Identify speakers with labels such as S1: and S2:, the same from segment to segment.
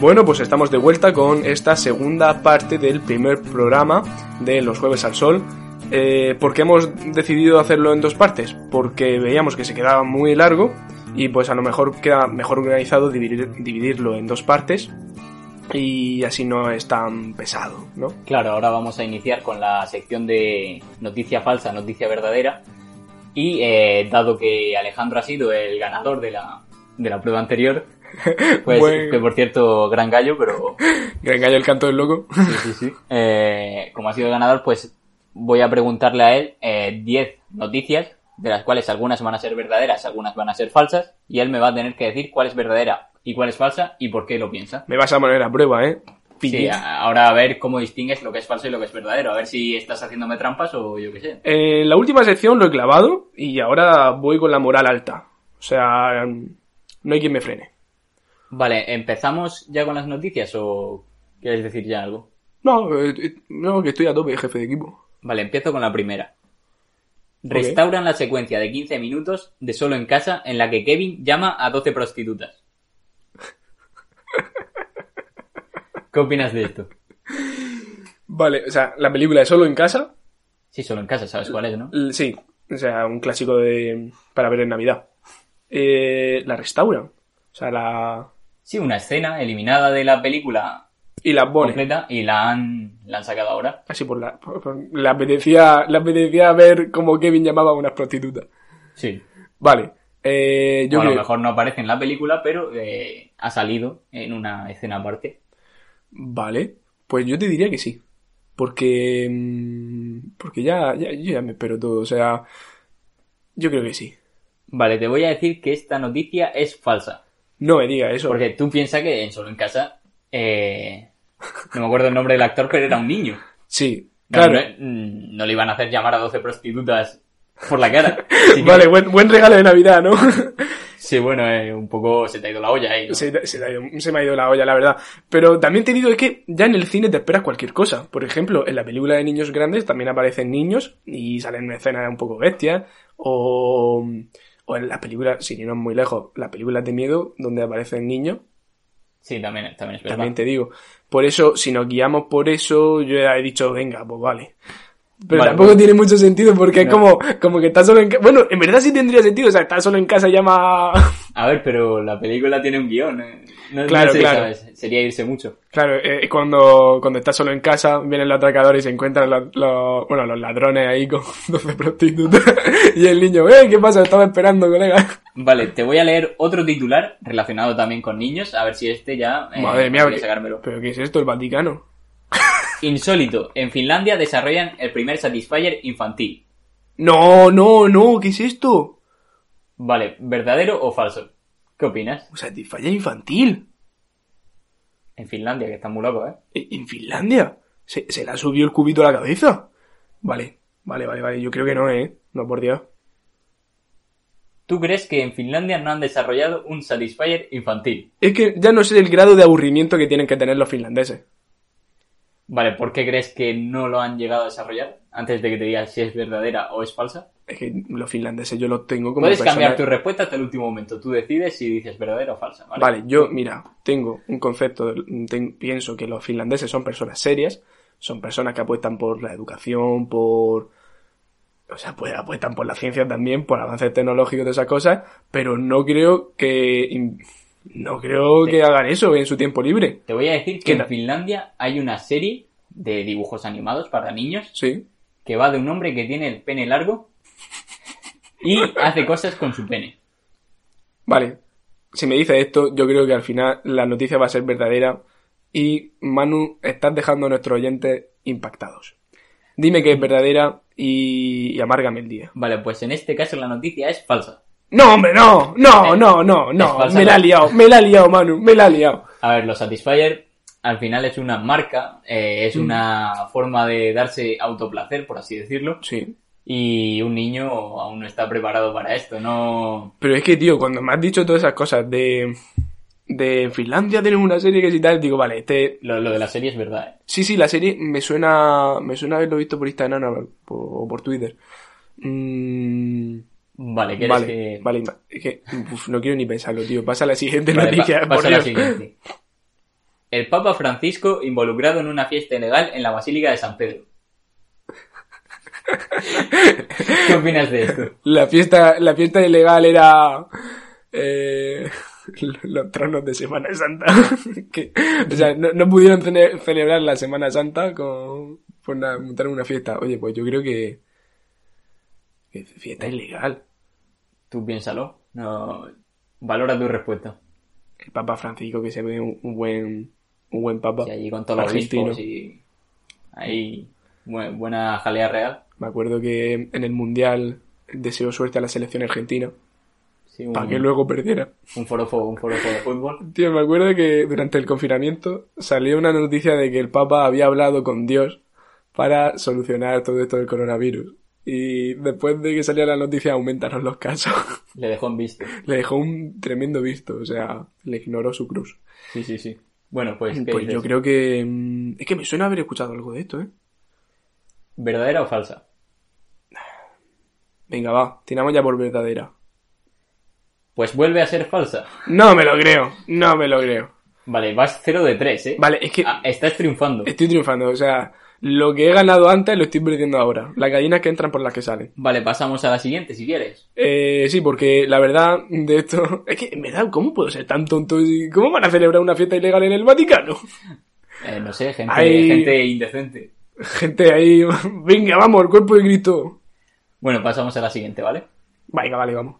S1: Bueno, pues estamos de vuelta con esta segunda parte del primer programa de Los Jueves al Sol. Eh, ¿Por qué hemos decidido hacerlo en dos partes? Porque veíamos que se quedaba muy largo y pues a lo mejor queda mejor organizado dividir- dividirlo en dos partes y así no es tan pesado, ¿no?
S2: Claro, ahora vamos a iniciar con la sección de noticia falsa, noticia verdadera. Y eh, dado que Alejandro ha sido el ganador de la, de la prueba anterior, pues
S1: Bueno.
S2: que por cierto, gran gallo, pero
S1: Que engaña el canto del loco.
S2: sí, sí, sí. Eh, como ha sido el ganador, pues voy a preguntarle a él eh, 10 noticias, de las cuales algunas van a ser verdaderas, algunas van a ser falsas, y él me va a tener que decir cuál es verdadera y cuál es falsa y por qué lo piensa.
S1: Me vas a poner a prueba, ¿eh?
S2: Sí,
S1: Pillín.
S2: a- ahora a ver cómo distingues lo que es falso y lo que es verdadero. A ver si estás haciéndome trampas o yo qué sé.
S1: Eh, la última sección lo he clavado y ahora voy con la moral alta. O sea, no hay quien me frene.
S2: Vale, ¿empezamos ya con las noticias o quieres decir ya algo?
S1: No, eh, eh, no, que estoy a tope, jefe de equipo.
S2: Vale, empiezo con la primera. Restauran la secuencia de 15 minutos de Solo en Casa en la que Kevin llama a 12 prostitutas. ¿Qué opinas de esto?
S1: Vale, o sea, la película es solo en casa.
S2: Sí, Solo en Casa, ¿sabes cuál es, no?
S1: L- Sí, o sea, un clásico de, para ver en Navidad. Eh, la restauran. O sea, la.
S2: Sí, una escena eliminada de la película
S1: Y la pone.
S2: completa y la han, la han sacado ahora.
S1: Así por la. por- por- le, apetecía, le apetecía ver cómo Kevin llamaba a unas prostitutas.
S2: Sí.
S1: Vale. eh, yo
S2: O a lo
S1: creo-
S2: mejor no aparece en la película, pero eh, ha salido en una escena aparte.
S1: Vale, pues yo te diría que sí. Porque. mm, Porque ya, ya, yo ya me espero todo. O sea. Yo creo que sí.
S2: Vale, te voy a decir que esta noticia es falsa.
S1: No me diga eso.
S2: Porque tú piensas que en Solo en Casa, eh, no me acuerdo el nombre del actor, pero era un niño.
S1: Sí,
S2: No,
S1: claro.
S2: No, mm, no le iban a hacer llamar a 12 prostitutas por la cara. Así que-
S1: Vale, buen, buen regalo de Navidad, ¿no?
S2: Sí, bueno, eh, un poco se te ha ido la olla ahí. ¿no?
S1: se, se me ha ido- se me ha ido la olla, la verdad. Pero también te digo es que ya en el cine te esperas cualquier cosa. Por ejemplo, en la película de niños grandes también aparecen niños y salen escenas un poco bestias. O, o en las películas, sin irnos muy lejos, las películas de miedo donde aparecen niños
S2: Sí, también, también es verdad.
S1: También te digo. Por eso, si nos guiamos por eso, yo ya he dicho, venga, pues vale. Pero
S2: Vale,
S1: tampoco
S2: pues.
S1: tiene mucho sentido porque es
S2: No.
S1: como, como que está solo en casa. Bueno, en verdad sí tendría sentido, o sea, está solo en casa y llama.
S2: A ver, pero la película tiene un guión. eh. No, no
S1: Claro,
S2: sé,
S1: claro.
S2: ¿sabes? Sería irse mucho.
S1: Claro, eh, cuando, cuando está solo en casa, vienen los atracadores y se encuentran los, los- bueno, los ladrones ahí con 12 prostitutas. Y el niño, ¡eh! ¿Qué pasa? Estaba esperando, colega.
S2: Vale, te voy a leer otro titular relacionado también con niños, a ver si este ya... eh,
S1: Madre mía,
S2: consigue
S1: ¿qué-
S2: sacármelo.
S1: ¿pero qué es esto? ¿El Vaticano?
S2: Insólito, en Finlandia desarrollan el primer Satisfyer infantil.
S1: No, no, no, ¿qué es esto?
S2: Vale, ¿verdadero o falso? ¿Qué opinas?
S1: O sea, Satisfyer infantil.
S2: En Finlandia, que están muy locos, ¿eh?
S1: ¿En Finlandia? ¿Se, se le ha subido el cubito a la cabeza? Vale, vale, vale, vale. Yo creo que no, ¿eh? No, por Dios.
S2: ¿Tú crees que en Finlandia no han desarrollado un Satisfyer infantil?
S1: Es que ya no sé el grado de aburrimiento que tienen que tener los finlandeses.
S2: Vale, ¿por qué crees que no lo han llegado a desarrollar? Antes de que te diga si es verdadera o es falsa.
S1: Es que los finlandeses yo los tengo como
S2: Puedes cambiar tu
S1: personas-
S2: respuesta hasta el último momento. Tú decides si dices verdadera o falsa, ¿vale?
S1: Vale, yo, mira, tengo un concepto, de- ten- pienso que los finlandeses son personas serias, son personas que apuestan por la educación, por... O sea, pues apuestan por la ciencia también, por avances tecnológicos de esas cosas, pero no creo que... No creo que hagan eso en su tiempo libre.
S2: Te voy a decir
S1: ¿Qué
S2: que en
S1: tal?
S2: Finlandia hay una serie de dibujos animados para niños
S1: Sí.
S2: que va de un hombre que tiene el pene largo y hace cosas con su pene.
S1: Vale, si me dice esto, yo creo que al final la noticia va a ser verdadera y Manu, estás dejando a nuestros oyentes impactados. Dime que es verdadera y, y amárgame el día.
S2: Vale, pues en este caso la noticia es falsa.
S1: No, hombre, no, no, no, no,
S2: Es
S1: no,
S2: falsa,
S1: me la ha
S2: ¿no?
S1: liado, me la ha liado, Manu, me la ha liado.
S2: A ver, los Satisfyer al final es una marca, eh,
S1: Mm.
S2: es una forma de darse autoplacer, por así decirlo,
S1: Sí,
S2: y un niño aún no está preparado para esto, no...
S1: pero es que, tío, cuando me has dicho todas esas cosas de... De Finlandia tenemos una serie que si tal, digo, vale, este...
S2: Lo, lo de la serie es verdad, ¿eh?
S1: Sí, sí, la serie me suena... Me suena haberlo visto por Instagram o por, o por Twitter. Mmm...
S2: Vale, ¿quieres
S1: Vale,
S2: que...?
S1: vale, es que uf, no quiero ni pensarlo, tío. Pasa a la siguiente
S2: Vale, pa-
S1: noticia.
S2: paso
S1: por
S2: a la
S1: Dios.
S2: siguiente. El Papa Francisco involucrado en una fiesta ilegal en la Basílica de San Pedro. ¿Qué opinas de esto?
S1: La fiesta, la fiesta ilegal era eh, los tronos de Semana Santa. que, o sea, no, no pudieron cene- celebrar la Semana Santa con, por na- montar una fiesta. Oye, pues yo creo que, que fiesta ilegal.
S2: Tú piénsalo. No, valora tu respuesta.
S1: El Papa Francisco que se ve un, un buen un buen papa.
S2: Y allí con todos los
S1: Argentino.
S2: obispos y... Ahí, bu- buena jalea real.
S1: Me acuerdo que en el Mundial deseó suerte a la selección argentina
S2: Sí, un,
S1: para que luego perdiera.
S2: un forofo, un forofo de fútbol.
S1: Tío, me acuerdo que durante el confinamiento salió una noticia de que el Papa había hablado con Dios para solucionar todo esto del coronavirus. Y después de que salía la noticia aumentaron los casos.
S2: Le dejó en visto.
S1: Le dejó un tremendo visto, o sea, le ignoró su cruz.
S2: Sí, sí, sí. Bueno, pues, ¿qué
S1: Pues yo
S2: dices?
S1: creo que... mm, Es que me suena haber escuchado algo de esto, ¿eh?
S2: ¿Verdadera o falsa?
S1: Venga, va, tiramos ya por verdadera.
S2: Pues vuelve a ser falsa.
S1: No me lo creo, no me lo creo.
S2: Vale, vas 0 de 3, ¿eh?
S1: Vale, es que
S2: Ah, estás triunfando.
S1: estoy triunfando, o sea, lo que he ganado antes lo estoy perdiendo ahora. Las gallinas que entran por las que salen.
S2: Vale, pasamos a la siguiente si quieres.
S1: Eh, sí, porque la verdad de esto es que en verdad, ¿cómo puedo ser tan tonto? ¿Y ¿Cómo van a celebrar una fiesta ilegal en el Vaticano?
S2: Eh, no sé, gente,
S1: Ay.
S2: gente indecente.
S1: Gente ahí, venga, vamos, el cuerpo de Cristo.
S2: Bueno, pasamos a la siguiente, ¿vale?
S1: Venga, vale, vamos.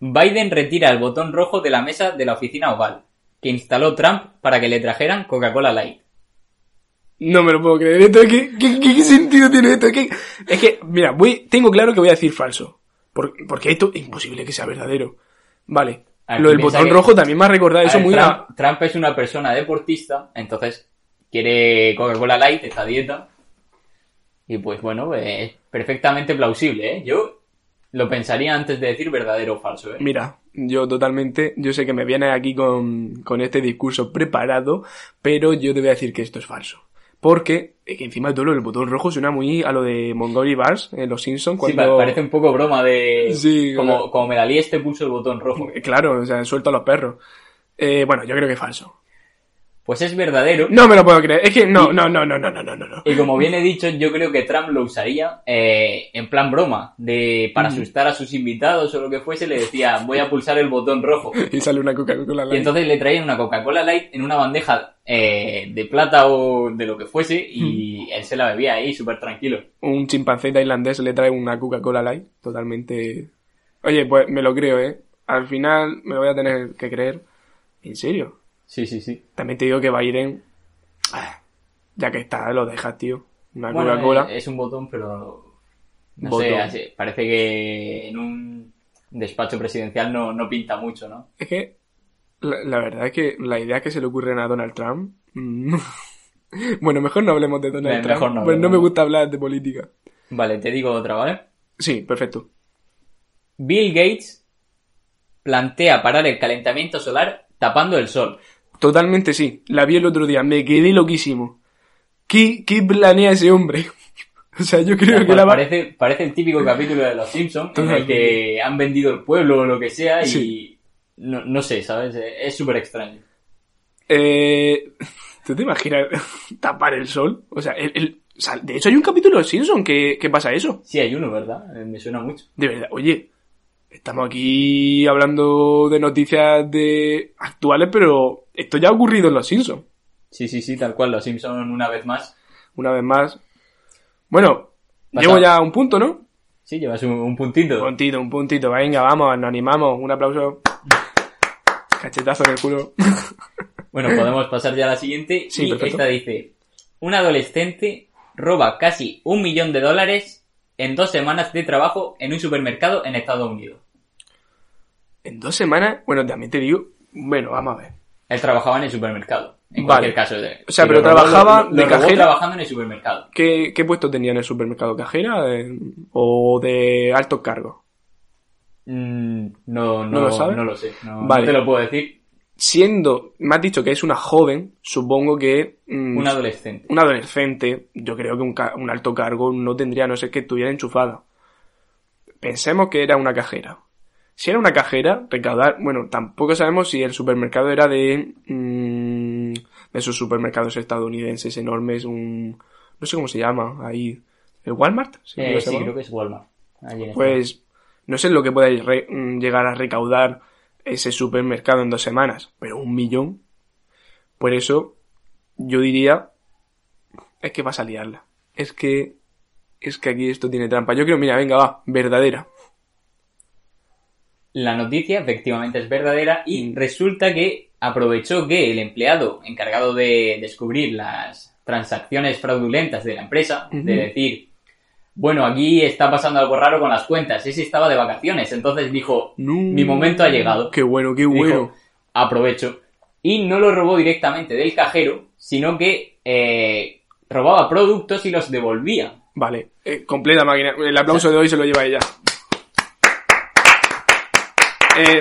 S2: Biden retira el botón rojo de la mesa de la oficina oval, que instaló Trump para que le trajeran Coca-Cola Light.
S1: No me lo puedo creer. Esto, ¿qué, qué, qué- qué sentido tiene esto? ¿Qué- Es que, mira, voy, tengo claro que voy a decir falso. Por- porque esto es imposible que sea verdadero. Vale.
S2: A ver,
S1: Lo del
S2: piensa
S1: botón
S2: que-
S1: rojo también me ha recordado eso
S2: A ver,
S1: muy a-
S2: Trump, Trump es una persona deportista, entonces quiere Coca-Cola Light, esta dieta. Y pues bueno, eh, es perfectamente plausible, ¿eh? Yo lo pensaría antes de decir verdadero o falso, ¿eh?
S1: Mira, yo totalmente, yo sé que me vienes aquí con, con este discurso preparado, pero yo te voy a decir que esto es falso. Porque, eh, que encima de todo, lo del botón rojo suena muy a lo de Montgomery Bars en Los Simpsons. Cuando...
S2: Sí, pa- parece un poco broma de...
S1: Sí,
S2: como,
S1: claro.
S2: como me la lié, este pulso el botón rojo.
S1: Eh, Claro, o sea, suelto a los perros. Eh, bueno, yo creo que es falso.
S2: Pues es verdadero.
S1: No me lo puedo creer, es que no, no, no, no, no, no, no, no. no.
S2: Y como bien he dicho, yo creo que Trump lo usaría eh, en plan broma, de para asustar a sus invitados o lo que fuese, le decía, voy a pulsar el botón rojo.
S1: Y sale una Coca-Cola
S2: Y
S1: Light.
S2: entonces le traían una Coca-Cola Light en una bandeja eh, de plata o de lo que fuese y él se la bebía ahí súper tranquilo.
S1: Un chimpancé tailandés le trae una Coca-Cola Light, totalmente... Oye, pues me lo creo, ¿eh? Al final me lo voy a tener que creer. ¿En serio?
S2: Sí, sí, sí.
S1: También te digo que Biden, ah, ya que está, lo dejas, tío. Una
S2: Bueno,
S1: Coca-Cola.
S2: eh, es un botón, pero no sé,
S1: Botón.
S2: así- parece que en un despacho presidencial no, no pinta mucho, ¿no?
S1: Es que la, la verdad es que la idea que se le ocurren a Donald Trump. mm, bueno, mejor no hablemos de Donald
S2: Me-
S1: Trump.
S2: mejor no
S1: pues no
S2: hablemos.
S1: me gusta hablar de política.
S2: Vale, te digo otra, ¿vale?
S1: Sí, perfecto.
S2: Bill Gates plantea parar el calentamiento solar tapando el sol.
S1: Totalmente sí. La vi el otro día. Me quedé loquísimo. ¿Qué, qué planea ese hombre? o sea, yo creo que la va.
S2: parece, parece el típico capítulo de Los Simpsons en el
S1: Totalmente.
S2: que han vendido el pueblo o lo que sea y
S1: Sí.
S2: no, no sé, ¿sabes? Eh, Es súper extraño.
S1: Eh, ¿Tú te imaginas tapar el sol? O sea, el- el- o sea, de hecho hay un capítulo de Simpson que, que pasa eso.
S2: Sí, hay uno, ¿verdad? Eh, Me suena mucho.
S1: De verdad, oye, estamos aquí hablando de noticias de actuales, pero esto ya ha ocurrido en Los Simpsons.
S2: Sí, sí, sí, tal cual, Los Simpsons una vez más.
S1: Una vez más. Bueno,
S2: Pasa.
S1: llevo ya a un punto, ¿no?
S2: Sí, llevas un, un
S1: Un
S2: puntito.
S1: puntito, un puntito. Venga, vamos, nos animamos. Un aplauso. Cachetazo en el culo.
S2: Bueno, podemos pasar ya a la siguiente.
S1: Sí,
S2: y
S1: perfecto.
S2: esta dice, un adolescente roba casi un millón de dólares en dos semanas de trabajo en un supermercado en Estados Unidos.
S1: En dos semanas, bueno, también te digo, bueno, vamos a ver.
S2: Él trabajaba en el supermercado. En
S1: Vale.
S2: cualquier caso. eh.
S1: O sea,
S2: Y
S1: pero
S2: lo robó-
S1: trabajaba
S2: lo-
S1: de
S2: lo robó
S1: cajera.
S2: trabajando en el supermercado.
S1: ¿Qué, qué puesto tenía en el supermercado? ¿Cajera eh, o de altos cargos?
S2: Mm, no, no,
S1: ¿No lo sabes?
S2: no lo sé. No, no
S1: Vale.
S2: te lo puedo decir.
S1: Siendo, me has dicho que es una joven, supongo que... mm,
S2: Un adolescente.
S1: un adolescente, yo creo que un, ca- un alto cargo no tendría, a no ser que estuviera enchufada. Pensemos que era una cajera. Si era una cajera, recaudar, bueno, tampoco sabemos si el supermercado era de, mm, esos supermercados estadounidenses enormes, un... no sé cómo se llama, ahí... ¿El Walmart?
S2: Sí, eh, sí creo que es Walmart. Allí en este
S1: Pues no sé lo que pueda re- mm, llegar a recaudar ese supermercado en dos semanas, pero un millón. Por eso yo diría, es que vas a liarla. Es que, es que aquí esto tiene trampa. Yo creo, mira, venga, va, verdadera.
S2: La noticia efectivamente es verdadera
S1: Mm.
S2: y resulta que aprovechó que el empleado encargado de descubrir las transacciones fraudulentas de la empresa,
S1: Ujú.
S2: de decir, bueno, aquí está pasando algo raro con las cuentas, ese estaba de vacaciones, entonces dijo,
S1: No.
S2: mi momento ha llegado.
S1: Qué bueno, qué
S2: Y dijo,
S1: bueno.
S2: aprovecho. Y no lo robó directamente del cajero, sino que eh, robaba productos y los devolvía.
S1: Vale, eh, completa máquina. El aplauso de hoy se lo lleva ella. Eh,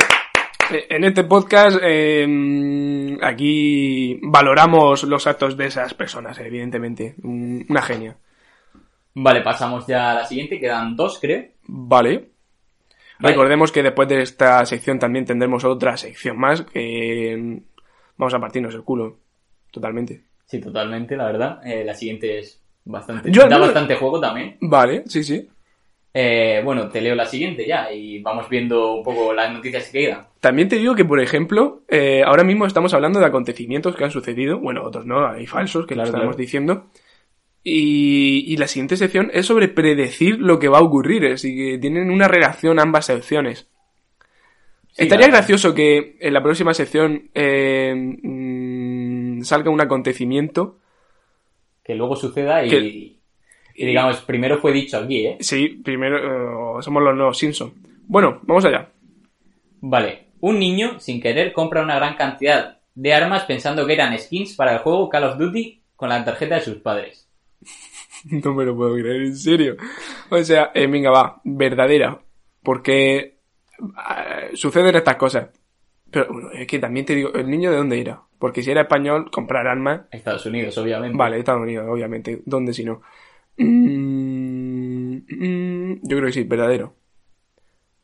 S1: eh, en este podcast, eh, aquí valoramos los actos de esas personas, evidentemente. Un- Una genia.
S2: Vale, pasamos ya a la siguiente, quedan dos, creo.
S1: Vale.
S2: Vale.
S1: Recordemos que después de esta sección también tendremos otra sección más que eh, vamos a partirnos el culo. Totalmente.
S2: Sí, totalmente, la verdad. Eh, la siguiente es bastante.
S1: Yo
S2: da
S1: no-
S2: bastante juego también.
S1: Vale, sí, sí.
S2: Eh, bueno, te leo la siguiente ya y vamos viendo un poco las noticias que quedan.
S1: También te digo que, por ejemplo, eh, ahora mismo estamos hablando de acontecimientos que han sucedido, bueno, otros no, hay falsos que lo
S2: Claro,
S1: estamos
S2: claro.
S1: diciendo. Y, y la siguiente sección es sobre predecir lo que va a ocurrir, así que tienen una relación ambas secciones.
S2: Sí,
S1: Estaría
S2: claro.
S1: gracioso que en la próxima sección eh, mm, salga un acontecimiento.
S2: Que luego suceda y,
S1: Que-
S2: y digamos, primero fue dicho aquí, ¿eh?
S1: Sí, primero eh, somos los nuevos Simpson. Bueno, vamos allá.
S2: Vale, un niño sin querer compra una gran cantidad de armas pensando que eran skins para el juego Call of Duty con la tarjeta de sus padres.
S1: No me lo puedo creer, en serio. O sea, eh, venga, va, verdadera. Porque ah, suceden estas cosas. Pero bueno, es que también te digo, ¿el niño de dónde era? Porque si era español, comprar armas.
S2: Estados Unidos, obviamente.
S1: Vale, Estados Unidos, obviamente. ¿Dónde si no? Mm, mm, yo creo que sí, verdadero.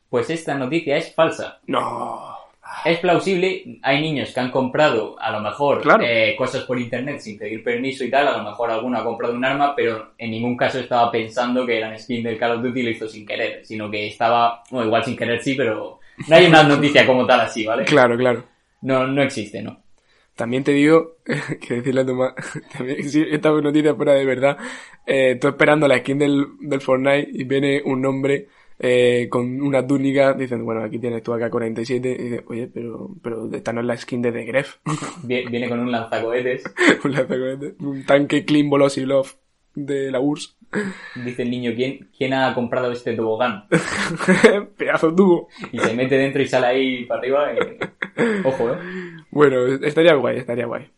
S2: Pues esta noticia es falsa.
S1: No.
S2: Es plausible, hay niños que han comprado a lo mejor
S1: Claro.
S2: eh, cosas por internet sin pedir permiso y tal, a lo mejor alguno ha comprado un arma, pero en ningún caso estaba pensando que eran skins del Call of Duty y lo hizo sin querer, sino que estaba, bueno, igual sin querer sí, pero no hay una noticia como tal así, ¿vale?
S1: Claro, claro.
S2: No, no existe, ¿no?
S1: También te digo que decirle a tu madre, también, si esta noticia fuera de verdad, eh, tú esperando la skin del, del Fortnite y viene un hombre eh, con una túnica, dicen, bueno, aquí tienes tu AK-47, y dices, oye, pero, pero esta no es la skin de The Gref, Pues
S2: Vie- Viene con un lanzacohetes.
S1: un, lanzacohetes, este, un tanque Clean Volosilov de la URSS,
S2: Dice el niño, ¿quién, ¿quién ha comprado este tobogán?
S1: pedazo de tubo.
S2: Y se mete dentro y sale ahí para arriba. eh. Ojo, ¿eh?
S1: Bueno, estaría guay, estaría guay.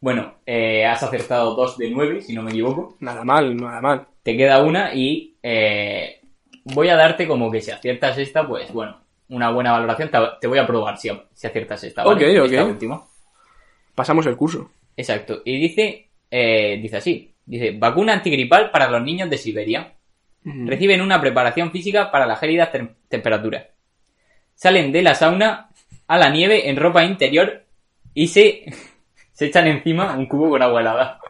S2: Bueno, eh, has acertado dos de nueve, si no me equivoco.
S1: Nada mal, nada mal.
S2: Te queda una y eh, voy a darte como que si aciertas esta, pues bueno, una buena valoración. Te, te voy a probar si, si aciertas esta. ¿vale?
S1: Ok, ok.
S2: Esta última.
S1: Pasamos el curso.
S2: Exacto. Y dice, eh, dice así. Dice, vacuna antigripal para los niños de Siberia.
S1: Mm.
S2: Reciben una preparación física para la gélida tem- temperatura. Salen de la sauna a la nieve en ropa interior y se, se echan encima un cubo con agua helada.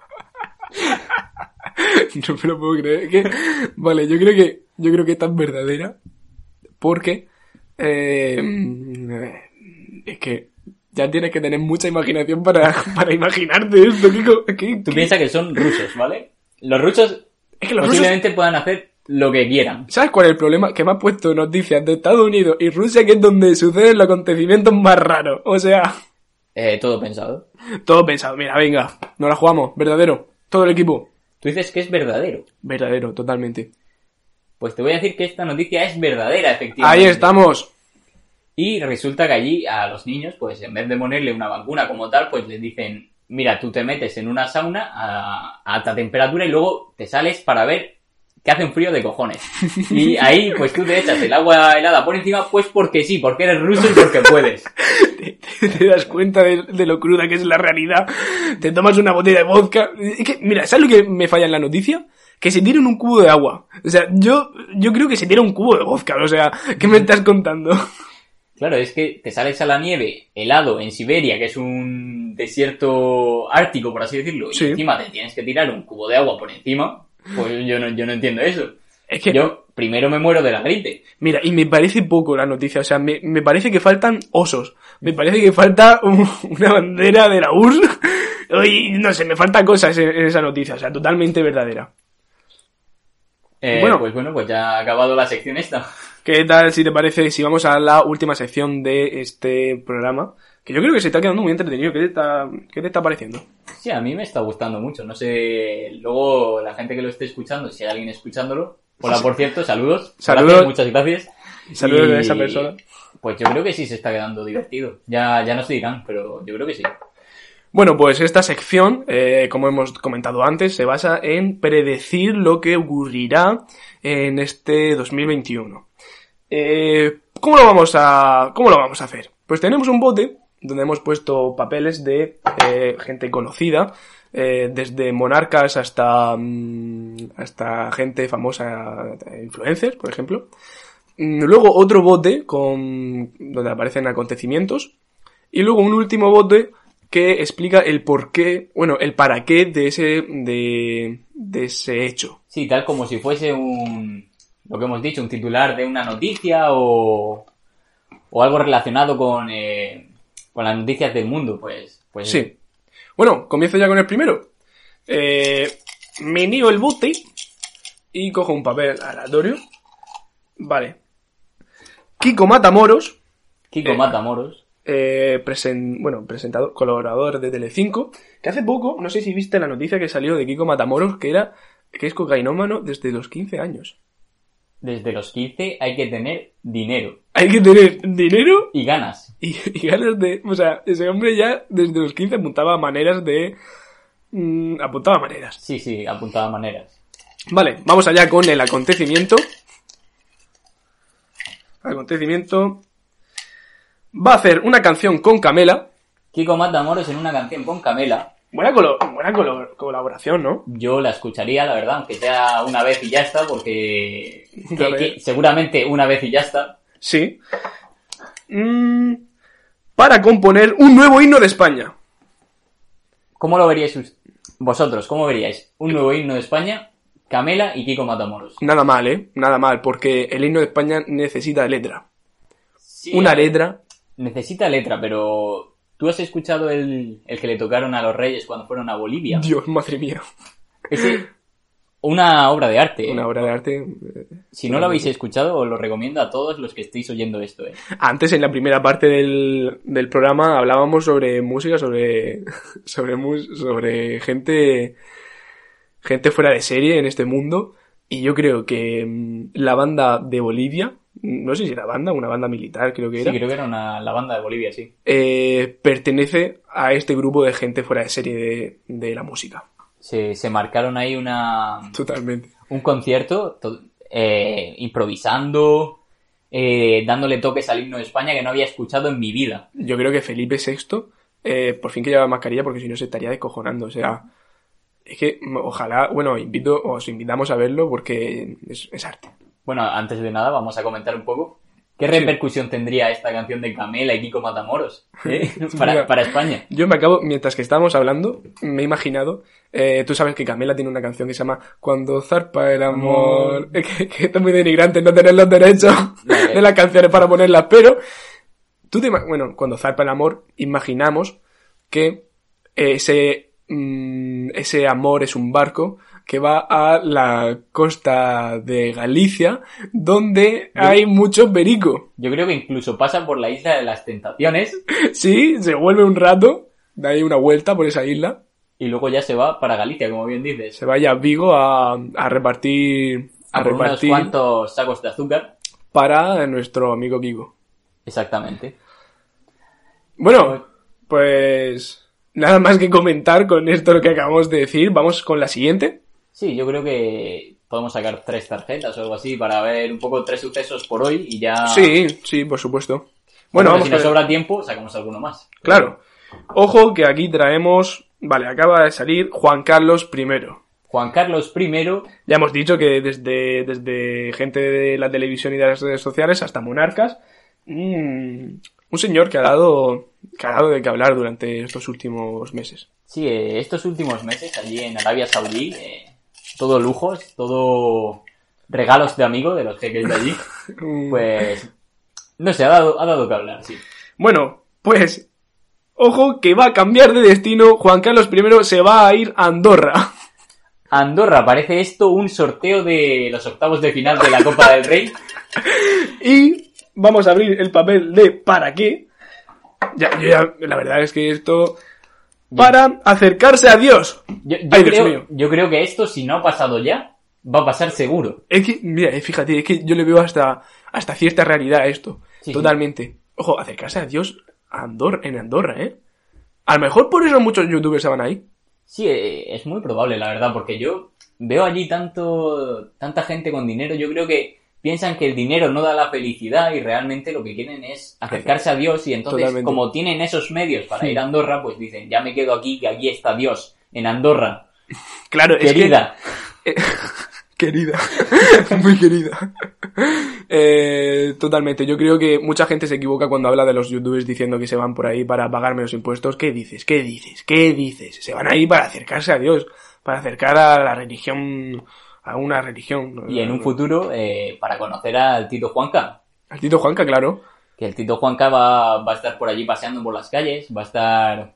S1: No me lo puedo creer. que- vale, yo creo que yo creo que esta es verdadera. Porque eh, es que ya tienes que tener mucha imaginación para, para imaginarte esto. ¿Qué, co- qué-
S2: Tú
S1: qué-
S2: piensas que son rusos, ¿vale? Los rusos
S1: Es que los rusos-
S2: posiblemente puedan hacer lo que quieran.
S1: ¿Sabes cuál es el problema? Que me ha puesto noticias de Estados Unidos y Rusia, que es donde suceden los acontecimientos más raros. O sea,
S2: Eh, todo pensado.
S1: todo pensado. Mira, venga, no la jugamos. Verdadero. Todo el equipo.
S2: Tú dices que es verdadero.
S1: Verdadero, totalmente.
S2: Pues te voy a decir que esta noticia es verdadera, efectivamente.
S1: Ahí estamos.
S2: Y resulta que allí a los niños, pues en vez de ponerle una vacuna como tal, pues les dicen, mira, tú te metes en una sauna a, a alta temperatura y luego te sales para ver que hace un frío de cojones. Y ahí, pues tú te echas el agua helada por encima, pues porque sí, porque eres ruso y porque puedes.
S1: te das cuenta de, de lo cruda que es la realidad. Te tomas una botella de vodka. Es que, mira, ¿sabes lo que me falla en la noticia? Que se tiran un cubo de agua. O sea, yo, yo creo que se tira un cubo de vodka. O sea, ¿qué me estás contando?
S2: Claro, es que te sales a la nieve helado en Siberia, que es un desierto ártico, por así decirlo,
S1: Sí.
S2: y encima te tienes que tirar un cubo de agua por encima. Pues yo no, yo no entiendo eso.
S1: Es que,
S2: Yo primero me muero de la gripe.
S1: mira, y me parece poco la noticia, o sea, me, me parece que faltan osos, me parece que falta un- una bandera de la URSS, y no sé, me faltan cosas en, en esa noticia, o sea, totalmente verdadera.
S2: Eh,
S1: Bueno.
S2: Pues bueno, pues ya ha acabado la sección esta.
S1: ¿Qué tal si te parece si vamos a la última sección de este programa? Que yo creo que se está quedando muy entretenido, ¿qué te está, qué te está pareciendo?
S2: Sí, a mí me está gustando mucho. No sé, luego la gente que lo esté escuchando, si hay alguien escuchándolo. Hola, por cierto, saludos.
S1: Saludos.
S2: Gracias, muchas gracias.
S1: Saludos
S2: Y,
S1: a esa persona.
S2: Pues yo creo que sí se está quedando divertido. Ya, ya nos dirán, pero yo creo que sí.
S1: Bueno, pues esta sección, eh, como hemos comentado antes, se basa en predecir lo que ocurrirá en este 2021. Eh, ¿cómo, lo vamos a, ¿Cómo lo vamos a hacer? Pues tenemos un bote donde hemos puesto papeles de eh, gente conocida, eh, desde monarcas hasta, mm, hasta gente famosa, eh, influencers, por ejemplo. Mm, Luego otro bote con, donde aparecen acontecimientos y luego un último bote que explica el por qué, bueno, el para qué de ese, de, de ese hecho.
S2: Sí, tal como si fuese un, lo que hemos dicho, un titular de una noticia o, o algo relacionado con, eh, con las noticias del mundo, pues. pues
S1: Sí. Bueno, comienzo ya con el primero. Eh, meneo el bote y cojo un papel aleatorio. Vale. Kiko Matamoros,
S2: Kiko
S1: Eh.
S2: Matamoros.
S1: eh, presen- bueno, presentador, colaborador de Telecinco, que hace poco, no sé si viste la noticia que salió de Kiko Matamoros, que era que es cocainómano desde los 15 años.
S2: Desde los 15 hay que tener dinero
S1: Hay que tener dinero
S2: y ganas.
S1: Y, y ganas de. O sea, ese hombre ya desde los 15 apuntaba a maneras de. mm, apuntaba a maneras.
S2: Sí, sí, apuntaba maneras.
S1: Vale, vamos allá con el acontecimiento. Acontecimiento. Va a hacer una canción con Camela.
S2: Kiko Matamoros en una canción con Camela.
S1: Buena, colo- buena colo- colaboración, ¿no?
S2: Yo la escucharía, la verdad, aunque sea una vez y ya está, porque que-
S1: Una
S2: que
S1: vez.
S2: seguramente una vez y ya está.
S1: Sí. Mm, para componer un nuevo himno de España.
S2: ¿Cómo lo veríais us- vosotros? ¿Cómo veríais un nuevo himno de España, Camela y Kiko Matamoros?
S1: Nada mal, ¿eh? Nada mal, porque el himno de España necesita letra.
S2: Sí,
S1: Una letra.
S2: Necesita letra, pero ¿tú has escuchado el, el que le tocaron a los reyes cuando fueron a Bolivia?
S1: Dios, madre mía.
S2: Ese- una obra de arte. ¿eh?
S1: Una obra de arte. eh,
S2: Si no lo habéis escuchado, os lo recomiendo a todos los que estéis oyendo esto. ¿eh?
S1: Antes, en la primera parte del, del programa, hablábamos sobre música, sobre, sobre, mus- sobre gente, gente fuera de serie en este mundo. Y yo creo que mm, la banda de Bolivia, mm, no sé si era banda, una banda militar creo que
S2: Sí,
S1: era,
S2: creo que era una, la banda de Bolivia, sí.
S1: eh, pertenece a este grupo de gente fuera de serie de, de la música.
S2: se, se marcaron ahí una,
S1: Totalmente.
S2: un concierto to- eh, improvisando, eh, dándole toques al himno de España que no había escuchado en mi vida.
S1: Yo creo que Felipe VI, eh, por fin que lleva mascarilla, porque si no se estaría descojonando. O sea, es que mm, ojalá, bueno, invito, os invitamos a verlo porque es, es arte.
S2: Bueno, antes de nada vamos a comentar un poco qué repercusión tendría esta canción de Camela y Kiko Matamoros eh, para,
S1: Mira.
S2: para España.
S1: Yo me acabo, mientras que estábamos hablando, me he imaginado, eh, tú sabes que Camela tiene una canción que se llama Cuando zarpa el amor, Es que, que esto es muy denigrante no tener los derechos
S2: Vale.
S1: de las canciones para ponerlas, pero tú te ima- bueno, cuando zarpa el amor, imaginamos que ese, mm, ese amor es un barco que va a la costa de Galicia, donde hay mucho perico.
S2: Yo creo que incluso pasa por la isla de las tentaciones
S1: Sí, se vuelve un rato, da ahí una vuelta por esa isla.
S2: y luego ya se va para Galicia, como bien dices.
S1: se vaya a Vigo a, a repartir a,
S2: A por unos
S1: repartir
S2: cuantos sacos de azúcar.
S1: para nuestro amigo Kiko.
S2: Exactamente.
S1: Bueno, pues nada más que comentar con esto lo que acabamos de decir. Vamos con la siguiente.
S2: Sí, yo creo que podemos sacar tres tarjetas o algo así para ver un poco tres sucesos por hoy y ya.
S1: Sí, sí, por supuesto. Bueno,
S2: Hombre,
S1: vamos
S2: Ah. si nos
S1: con-
S2: sobra tiempo, sacamos alguno más.
S1: Claro. Ojo que aquí traemos... Vale, acaba de salir Juan Carlos I.
S2: Juan Carlos I,
S1: Ya hemos dicho que desde, desde gente de la televisión y de las redes sociales hasta monarcas un, un señor que ha, dado, que ha dado de qué hablar durante estos últimos meses.
S2: Sí, eh, estos últimos meses allí en Arabia Saudí, eh, todo lujos, todo regalos de amigo de los jeques de allí. Pues, no sé, ha dado, ha dado que hablar, sí.
S1: Bueno, pues, ojo que va a cambiar de destino. Juan Carlos I se va a ir a Andorra.
S2: Andorra, parece esto un sorteo de los octavos de final de la Copa del Rey.
S1: Y vamos a abrir el papel de ¿para qué? Ya, yo ya- la verdad es que esto... Para acercarse a Dios.
S2: Yo, yo
S1: Ay, Dios mío.
S2: creo, yo creo que esto, si no ha pasado ya, va a pasar seguro.
S1: Es que, mira, eh, fíjate, es que yo le veo hasta, hasta cierta realidad a esto.
S2: Sí, sí.
S1: Totalmente. Ojo, acercarse a Dios a Andor- en Andorra, ¿eh? A lo mejor por eso muchos youtubers se van ahí.
S2: Sí, eh, es muy probable, la verdad, porque yo veo allí tanto, tanta gente con dinero. Yo creo que piensan que el dinero no da la felicidad y realmente lo que quieren es acercarse a Dios. Y entonces,
S1: Totalmente.
S2: como tienen esos medios para
S1: Sí.
S2: ir a Andorra, pues dicen, ya me quedo aquí, que aquí está Dios, en Andorra.
S1: Claro, es que-
S2: Querida,
S1: Querida. Muy querida. Eh, totalmente. Yo creo que mucha gente se equivoca cuando habla de los youtubers diciendo que se van por ahí para pagarme los impuestos. ¿Qué dices? ¿Qué dices? ¿Qué dices? Se van ahí para acercarse a Dios. Para acercar a la religión. A una religión.
S2: y en un futuro, eh, para conocer al Tito Juanca.
S1: Al Tito Juanca, claro.
S2: Que el Tito Juanca va, va a estar por allí paseando por las calles, va a estar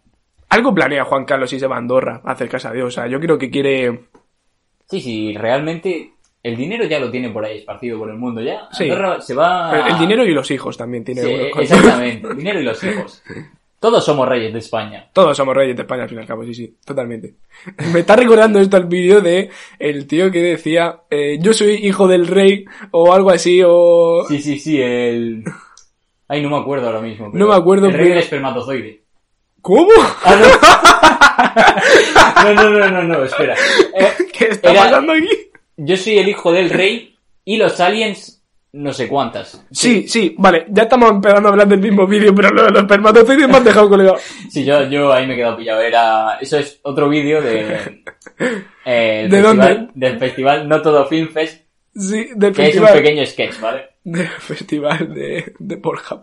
S1: Algo planea Juan Carlos si se va a Andorra a acercarse a Dios. O sea, yo creo que quiere.
S2: Sí, sí, realmente el dinero ya lo tiene por ahí esparcido por el mundo ya.
S1: Sí.
S2: Andorra se va...
S1: El dinero y los hijos también tiene.
S2: Ah. Sí,
S1: bueno, con-
S2: exactamente, el dinero y los hijos. Todos somos reyes de España.
S1: Todos somos reyes de España al fin y al cabo, sí, sí, totalmente. Me está recordando esto el vídeo de el tío que decía eh, yo soy hijo del rey o algo así o...
S2: Sí, sí, sí, el... Ay, no me acuerdo ahora mismo. pero
S1: No me acuerdo,
S2: El rey
S1: pero-
S2: del espermatozoide.
S1: ¿Cómo?
S2: Ah, no. no, no, no, no, no, espera. Eh,
S1: ¿Qué está
S2: Era-
S1: pasando aquí?
S2: yo soy el hijo del rey y los aliens no sé cuántas.
S1: Sí, sí, vale, ya estamos empezando a hablar del mismo vídeo, pero lo de los espermatozoides me han dejado colgado.
S2: Sí, yo, yo ahí me he quedado pillado. Era, eso es otro vídeo de... eh, el
S1: ¿De
S2: festival-
S1: dónde?
S2: Del festival No Todo Film Fest,
S1: Sí, del
S2: que es un
S1: festival.
S2: pequeño sketch, ¿vale?
S1: del festival de, de Pornhub.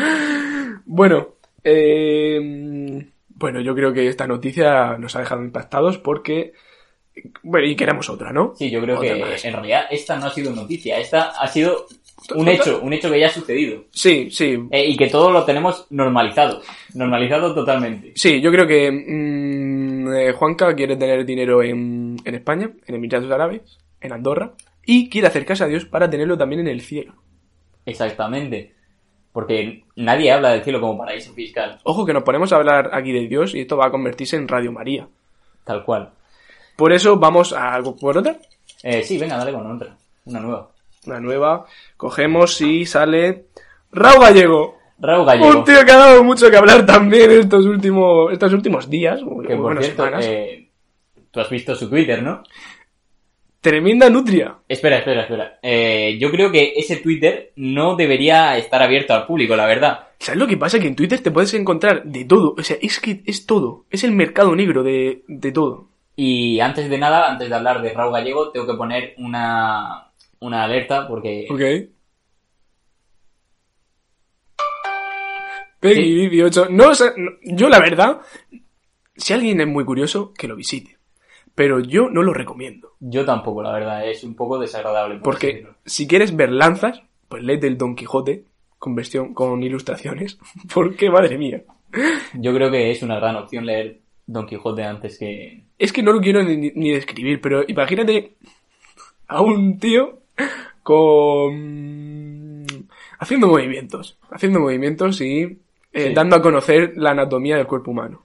S1: bueno, eh, bueno, yo creo que esta noticia nos ha dejado impactados porque... Bueno, y queremos otra, ¿no?
S2: Sí, yo creo
S1: Otra
S2: que
S1: más.
S2: en realidad esta no ha sido noticia, esta ha sido un
S1: Otra-
S2: hecho, un hecho que ya ha sucedido.
S1: Sí, sí.
S2: Eh, y que todo lo tenemos normalizado, normalizado totalmente.
S1: Sí, yo creo que mm, eh, Juanca quiere tener dinero en, en España, en Emiratos Árabes, en Andorra, y quiere acercarse a Dios para tenerlo también en el cielo.
S2: Exactamente. Porque nadie habla del cielo como paraíso fiscal,
S1: Ojo que nos ponemos a hablar aquí de Dios y esto va a convertirse en Radio María.
S2: tal cual.
S1: Por eso vamos a algo por otra.
S2: Eh, sí, venga, dale con otra, una nueva.
S1: Una nueva. Cogemos y sale Raúl Gallego.
S2: Raúl Gallego.
S1: Un tío que ha dado mucho que hablar también estos últimos, estos últimos días. o-
S2: Que
S1: o,
S2: por
S1: bueno,
S2: cierto,
S1: semanas.
S2: eh, tú has visto su Twitter, ¿no?
S1: Tremenda nutria.
S2: Espera, espera, espera. Eh, yo creo que ese Twitter no debería estar abierto al público, la verdad.
S1: ¿Sabes lo que pasa? Que en Twitter te puedes encontrar de todo. O sea, es que es todo. Es el mercado negro de, de todo.
S2: Y antes de nada, antes de hablar de Raúl Gallego, tengo que poner una, una alerta porque...
S1: Ok. Peggy
S2: Sí.
S1: 18. No, sé, no, yo la verdad, si alguien es muy curioso, que lo visite. Pero yo no lo recomiendo.
S2: Yo tampoco, la verdad, es un poco desagradable. por
S1: Porque
S2: decirlo.
S1: si quieres ver lanzas, pues léete el Don Quijote con, versión, con ilustraciones. Porque, madre mía.
S2: Yo creo que es una gran opción leer Don Quijote antes que...
S1: Es que no lo quiero ni, ni describir, pero imagínate a un tío con... haciendo movimientos, haciendo movimientos y eh,
S2: Sí.
S1: dando a conocer la anatomía del cuerpo humano.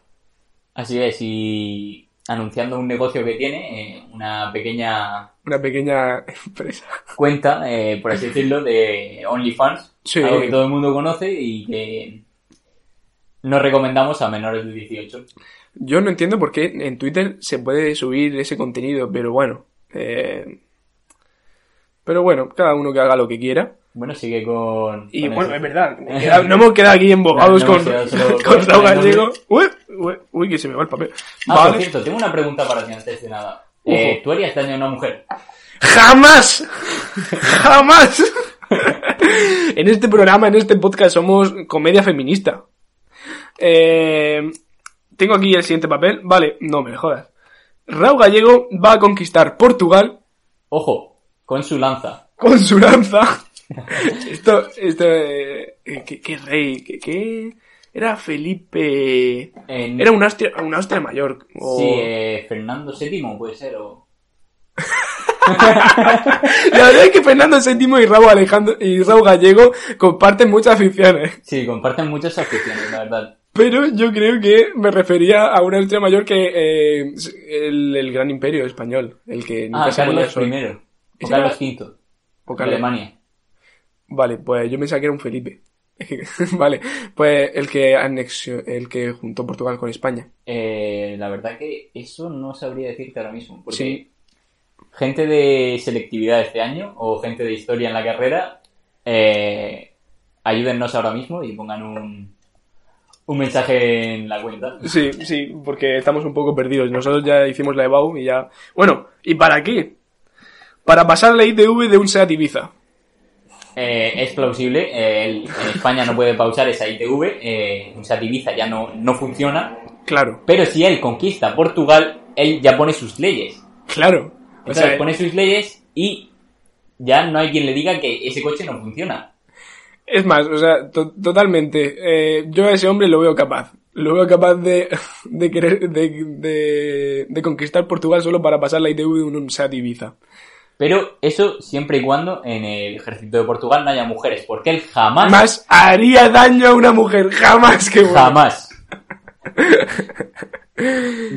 S2: Así es, y anunciando un negocio que tiene, eh, una pequeña
S1: Una pequeña empresa.
S2: cuenta, eh, por así decirlo, de OnlyFans,
S1: Sí.
S2: algo que todo el mundo conoce y que no recomendamos a menores de 18.
S1: Yo no entiendo por qué en Twitter se puede subir ese contenido, pero bueno. eh, Pero bueno, cada uno que haga lo que quiera.
S2: Bueno, sigue con...
S1: Y
S2: con
S1: bueno,
S2: eso.
S1: es verdad, me he quedado- no hemos quedado aquí embobados
S2: No, no hemos
S1: con,
S2: quedado solo
S1: con
S2: con
S1: Raúl
S2: el nombre.
S1: Gallego. Uy, uy, uy, que se me va el papel.
S2: Ah,
S1: Vale.
S2: por cierto, tengo una pregunta para ti antes de nada.
S1: Ujú.
S2: Eh, ¿Tú harías daño a una mujer?
S1: ¡Jamás! ¡Jamás! En este programa, en este podcast, somos comedia feminista. Eh, tengo aquí el siguiente papel. Vale, no me jodas. Raúl Gallego va a conquistar Portugal
S2: Ojo, con su lanza.
S1: con su lanza. esto, esto, eh, ¿qué, qué rey? ¿Qué, qué? Era Felipe.
S2: En-
S1: Era un Austria, un Austria mayor. Oh. o-
S2: Sí, eh, Fernando VII puede ser, o...
S1: La verdad es que Fernando VII y Raúl Alejandro y Raúl Gallego comparten muchas aficiones.
S2: Sí, comparten muchas aficiones, la verdad.
S1: Pero yo creo que me refería a un Austria mayor que eh, el, el gran imperio español, el que nunca
S2: Ah,
S1: se ponía
S2: Carlos
S1: sol.
S2: I. O
S1: Ese
S2: Carlos V.
S1: O
S2: De
S1: Carlos-
S2: Alemania.
S1: Vale, pues yo pensaba que era un Felipe. vale, pues el que anexio, el que juntó Portugal con España.
S2: Eh, la verdad que eso no sabría decirte ahora mismo. Porque
S1: Sí.
S2: gente de selectividad este año o gente de historia en la carrera, eh, ayúdennos ahora mismo y pongan un, un mensaje en la cuenta.
S1: Sí, sí, porque estamos un poco perdidos. Nosotros ya hicimos la EBAU y ya. Bueno, ¿y para qué? Para pasar la ITV de un SEAT Ibiza.
S2: Eh, es plausible. eh, el- en España no puede pausar esa ITV. Eh, un Sativiza ya no, no funciona.
S1: Claro,
S2: Pero si él conquista Portugal, él ya pone sus leyes.
S1: claro. O
S2: Entonces
S1: sea,
S2: pone sus leyes y ya no hay quien le diga que ese coche no funciona.
S1: es más, o sea, to- totalmente. eh, yo a ese hombre lo veo capaz. Lo veo capaz de, de querer, de, de, de conquistar Portugal solo para pasar la ITV de un SEAT Ibiza.
S2: Pero eso siempre y cuando en el ejército de Portugal no haya mujeres, porque él jamás,
S1: Más haría daño a una mujer, jamás que bueno.
S2: jamás.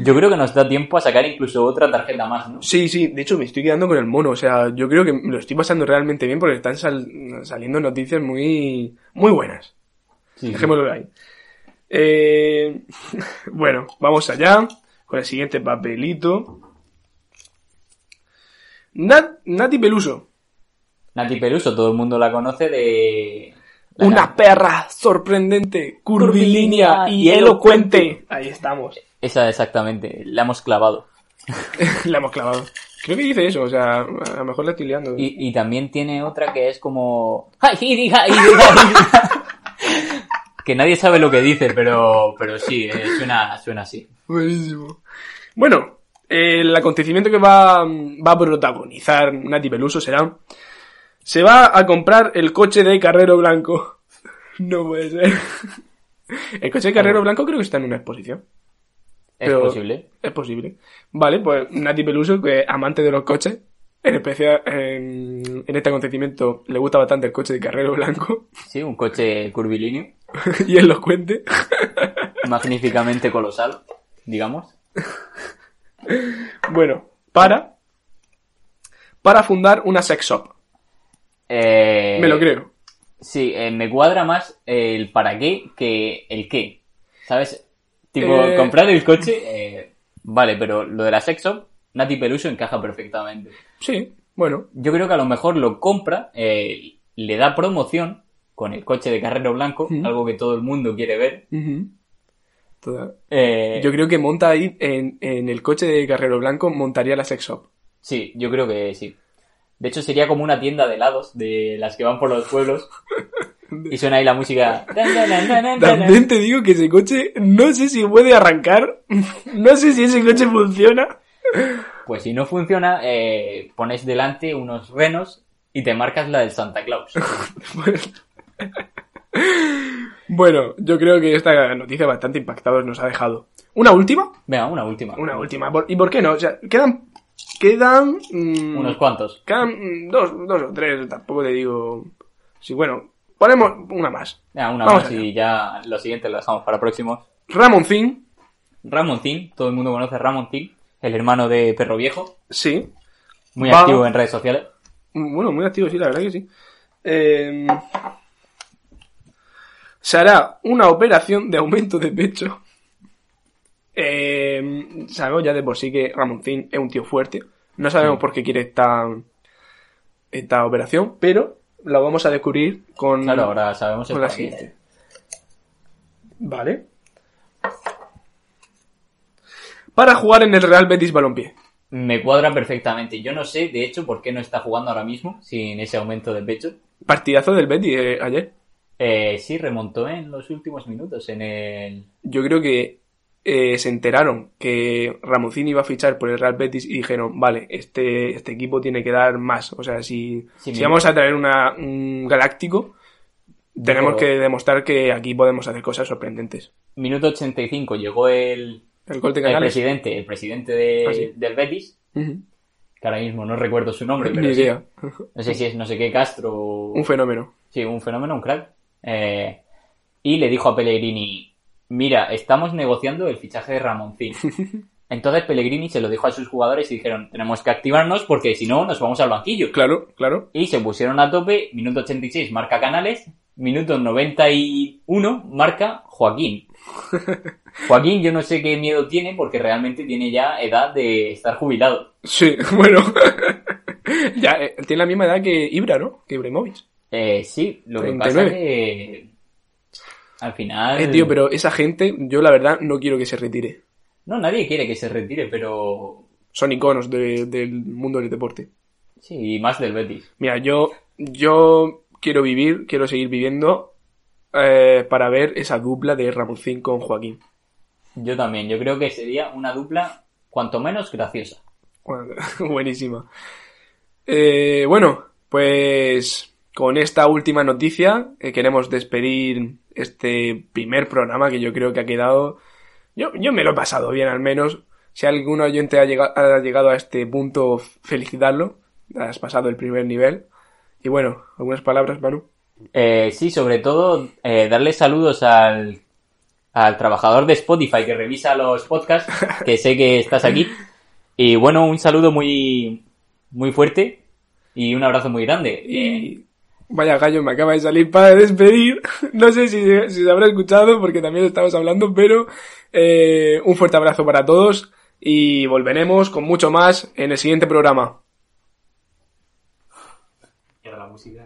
S2: Yo creo que nos da tiempo a sacar incluso otra tarjeta más, ¿no?
S1: Sí, sí, de hecho me estoy quedando con el mono, o sea, yo creo que me lo estoy pasando realmente bien porque están sal- saliendo noticias muy, muy buenas.
S2: Sí, sí.
S1: Dejémoslo ahí. Eh, bueno, vamos allá con el siguiente papelito. Nat- Nati Peluso,
S2: Nati Peluso, todo el mundo la conoce de... la
S1: una perra sorprendente, curvilínea
S2: Curvilínea
S1: y
S2: y
S1: elocuente. Ahí estamos.
S2: Esa exactamente, la hemos clavado.
S1: La hemos clavado. Creo que dice eso, o sea, a lo mejor la estoy liando.
S2: Y, y también tiene otra que es como... ¡Ay, sí, diga, y diga, y- que nadie sabe lo que dice, pero, pero sí, eh, suena, suena así.
S1: Buenísimo. Bueno, eh, el acontecimiento que va, va a protagonizar Nati Peluso será. Se va a comprar el coche de Carrero Blanco. No puede ser. El coche de Carrero Blanco creo que está en una exposición.
S2: Es
S1: Pero-
S2: posible.
S1: Es posible. Vale, pues Nati Peluso, que amante de los coches, en especial en, en este acontecimiento le gusta bastante el coche de Carrero Blanco
S2: Sí, un coche curvilíneo.
S1: y él lo cuente.
S2: magníficamente colosal, digamos.
S1: Bueno, para. Para fundar una sex shop.
S2: Eh,
S1: Me lo creo.
S2: Sí, eh, me cuadra más el para qué que el qué. ¿Sabes? Tipo,
S1: Eh,
S2: comprar el coche, eh, vale, pero lo de la sexo, Nati Peluso encaja perfectamente.
S1: Sí, bueno.
S2: Yo creo que a lo mejor lo compra, eh, le da promoción con el coche de Carrero Blanco,
S1: Ujú.
S2: algo que todo el mundo quiere ver.
S1: Ujú. Toda-
S2: Eh,
S1: Yo creo que monta ahí en, en el coche de Carrero Blanco, montaría la sex shop.
S2: Sí, yo creo que sí. De hecho, sería como una tienda de helados de las que van por los pueblos. Y suena ahí la música.
S1: También te digo que ese coche, no sé si puede arrancar, no sé si ese coche funciona.
S2: Pues si no funciona, eh, pones delante unos renos y te marcas la del Santa Claus.
S1: Bueno, yo creo que esta noticia bastante impactados nos ha dejado. ¿Una última?
S2: Venga, una última.
S1: Una última. Por- ¿Y por qué no? O sea, quedan... Quedan... mm,
S2: Unos cuantos.
S1: quedan mm, dos, dos o tres, tampoco te digo... Sí, bueno, ponemos una más.
S2: Venga, una
S1: Vamos
S2: más
S1: allá.
S2: y ya lo siguiente lo dejamos para próximos.
S1: Ramoncín
S2: Ramoncín, todo el mundo conoce a Ramoncín, el hermano de Perro Viejo,
S1: Sí.
S2: muy
S1: Va.
S2: activo en redes sociales.
S1: Bueno, muy activo, sí, la verdad que sí. Eh, se hará una operación de aumento de pecho. Eh, sabemos ya de por sí que Ramoncín es un tío fuerte. No sabemos
S2: Sí.
S1: por qué quiere esta, esta operación, pero la vamos a descubrir con...
S2: Claro, ahora sabemos el
S1: con la
S2: porqué.
S1: siguiente. Vale. Para jugar en el Real Betis Balompié.
S2: Me cuadra perfectamente. Yo no sé, de hecho, por qué no está jugando ahora mismo sin ese aumento de pecho.
S1: Partidazo del Betty eh, ayer.
S2: Eh, sí, remontó en los últimos minutos, en el...
S1: Yo creo que eh, se enteraron que Ramoncini iba a fichar por el Real Betis y dijeron, vale, este, este equipo tiene que dar más. O sea, si, si
S2: Sí, mira.
S1: vamos a traer una, un galáctico, tenemos
S2: Pero-
S1: que demostrar que aquí podemos hacer cosas sorprendentes.
S2: Minuto 85 llegó el,
S1: El gol de
S2: el
S1: Canales.
S2: presidente, el presidente de-
S1: Ah, sí.
S2: del Betis,
S1: Ujú.
S2: que ahora mismo no recuerdo su nombre,
S1: Ni
S2: pero sí.
S1: idea.
S2: no sé si es no sé qué Castro o-
S1: Un fenómeno.
S2: Sí, un fenómeno, un crack. Eh, y le dijo a Pellegrini, mira, estamos negociando el fichaje de Ramoncín. Entonces Pellegrini se lo dijo a sus jugadores y dijeron, tenemos que activarnos porque si no nos vamos al banquillo.
S1: Claro, claro.
S2: Y se pusieron a tope, minuto 86 marca Canales, minuto 91 marca Joaquín. Joaquín yo no sé qué miedo tiene porque realmente tiene ya edad de estar jubilado.
S1: Sí, bueno. ya, eh, tiene la misma edad que Ibra, ¿no? Que Ibrahimovic.
S2: Eh, sí, lo que pasa es
S1: 39.
S2: que al final...
S1: Eh, tío, pero esa gente, yo la verdad no quiero que se retire.
S2: No, nadie quiere que se retire, pero
S1: Son iconos de- del mundo del deporte.
S2: sí, y más del Betis.
S1: Mira, yo, yo quiero vivir, quiero seguir viviendo eh, para ver esa dupla de Ramoncín con Joaquín.
S2: Yo también, yo creo que sería una dupla cuanto menos graciosa.
S1: Bueno, Buenísima. Eh, bueno, pues con esta última noticia eh, queremos despedir este primer programa que yo creo que ha quedado... Yo, yo me lo he pasado bien al menos. Si algún oyente ha llegado, ha llegado a este punto, felicitarlo. Has pasado el primer nivel. Y bueno, algunas palabras, Manu.
S2: Eh, sí, sobre todo eh, darle saludos al, al trabajador de Spotify que revisa los podcasts, que sé que estás aquí. Y bueno, un saludo muy, muy fuerte y un abrazo muy grande. Eh,
S1: Y vaya gallo, me acaba de salir para despedir. No sé si, si se habrá escuchado porque también estamos hablando, pero eh, un fuerte abrazo para todos y volveremos con mucho más en el siguiente programa.
S2: la música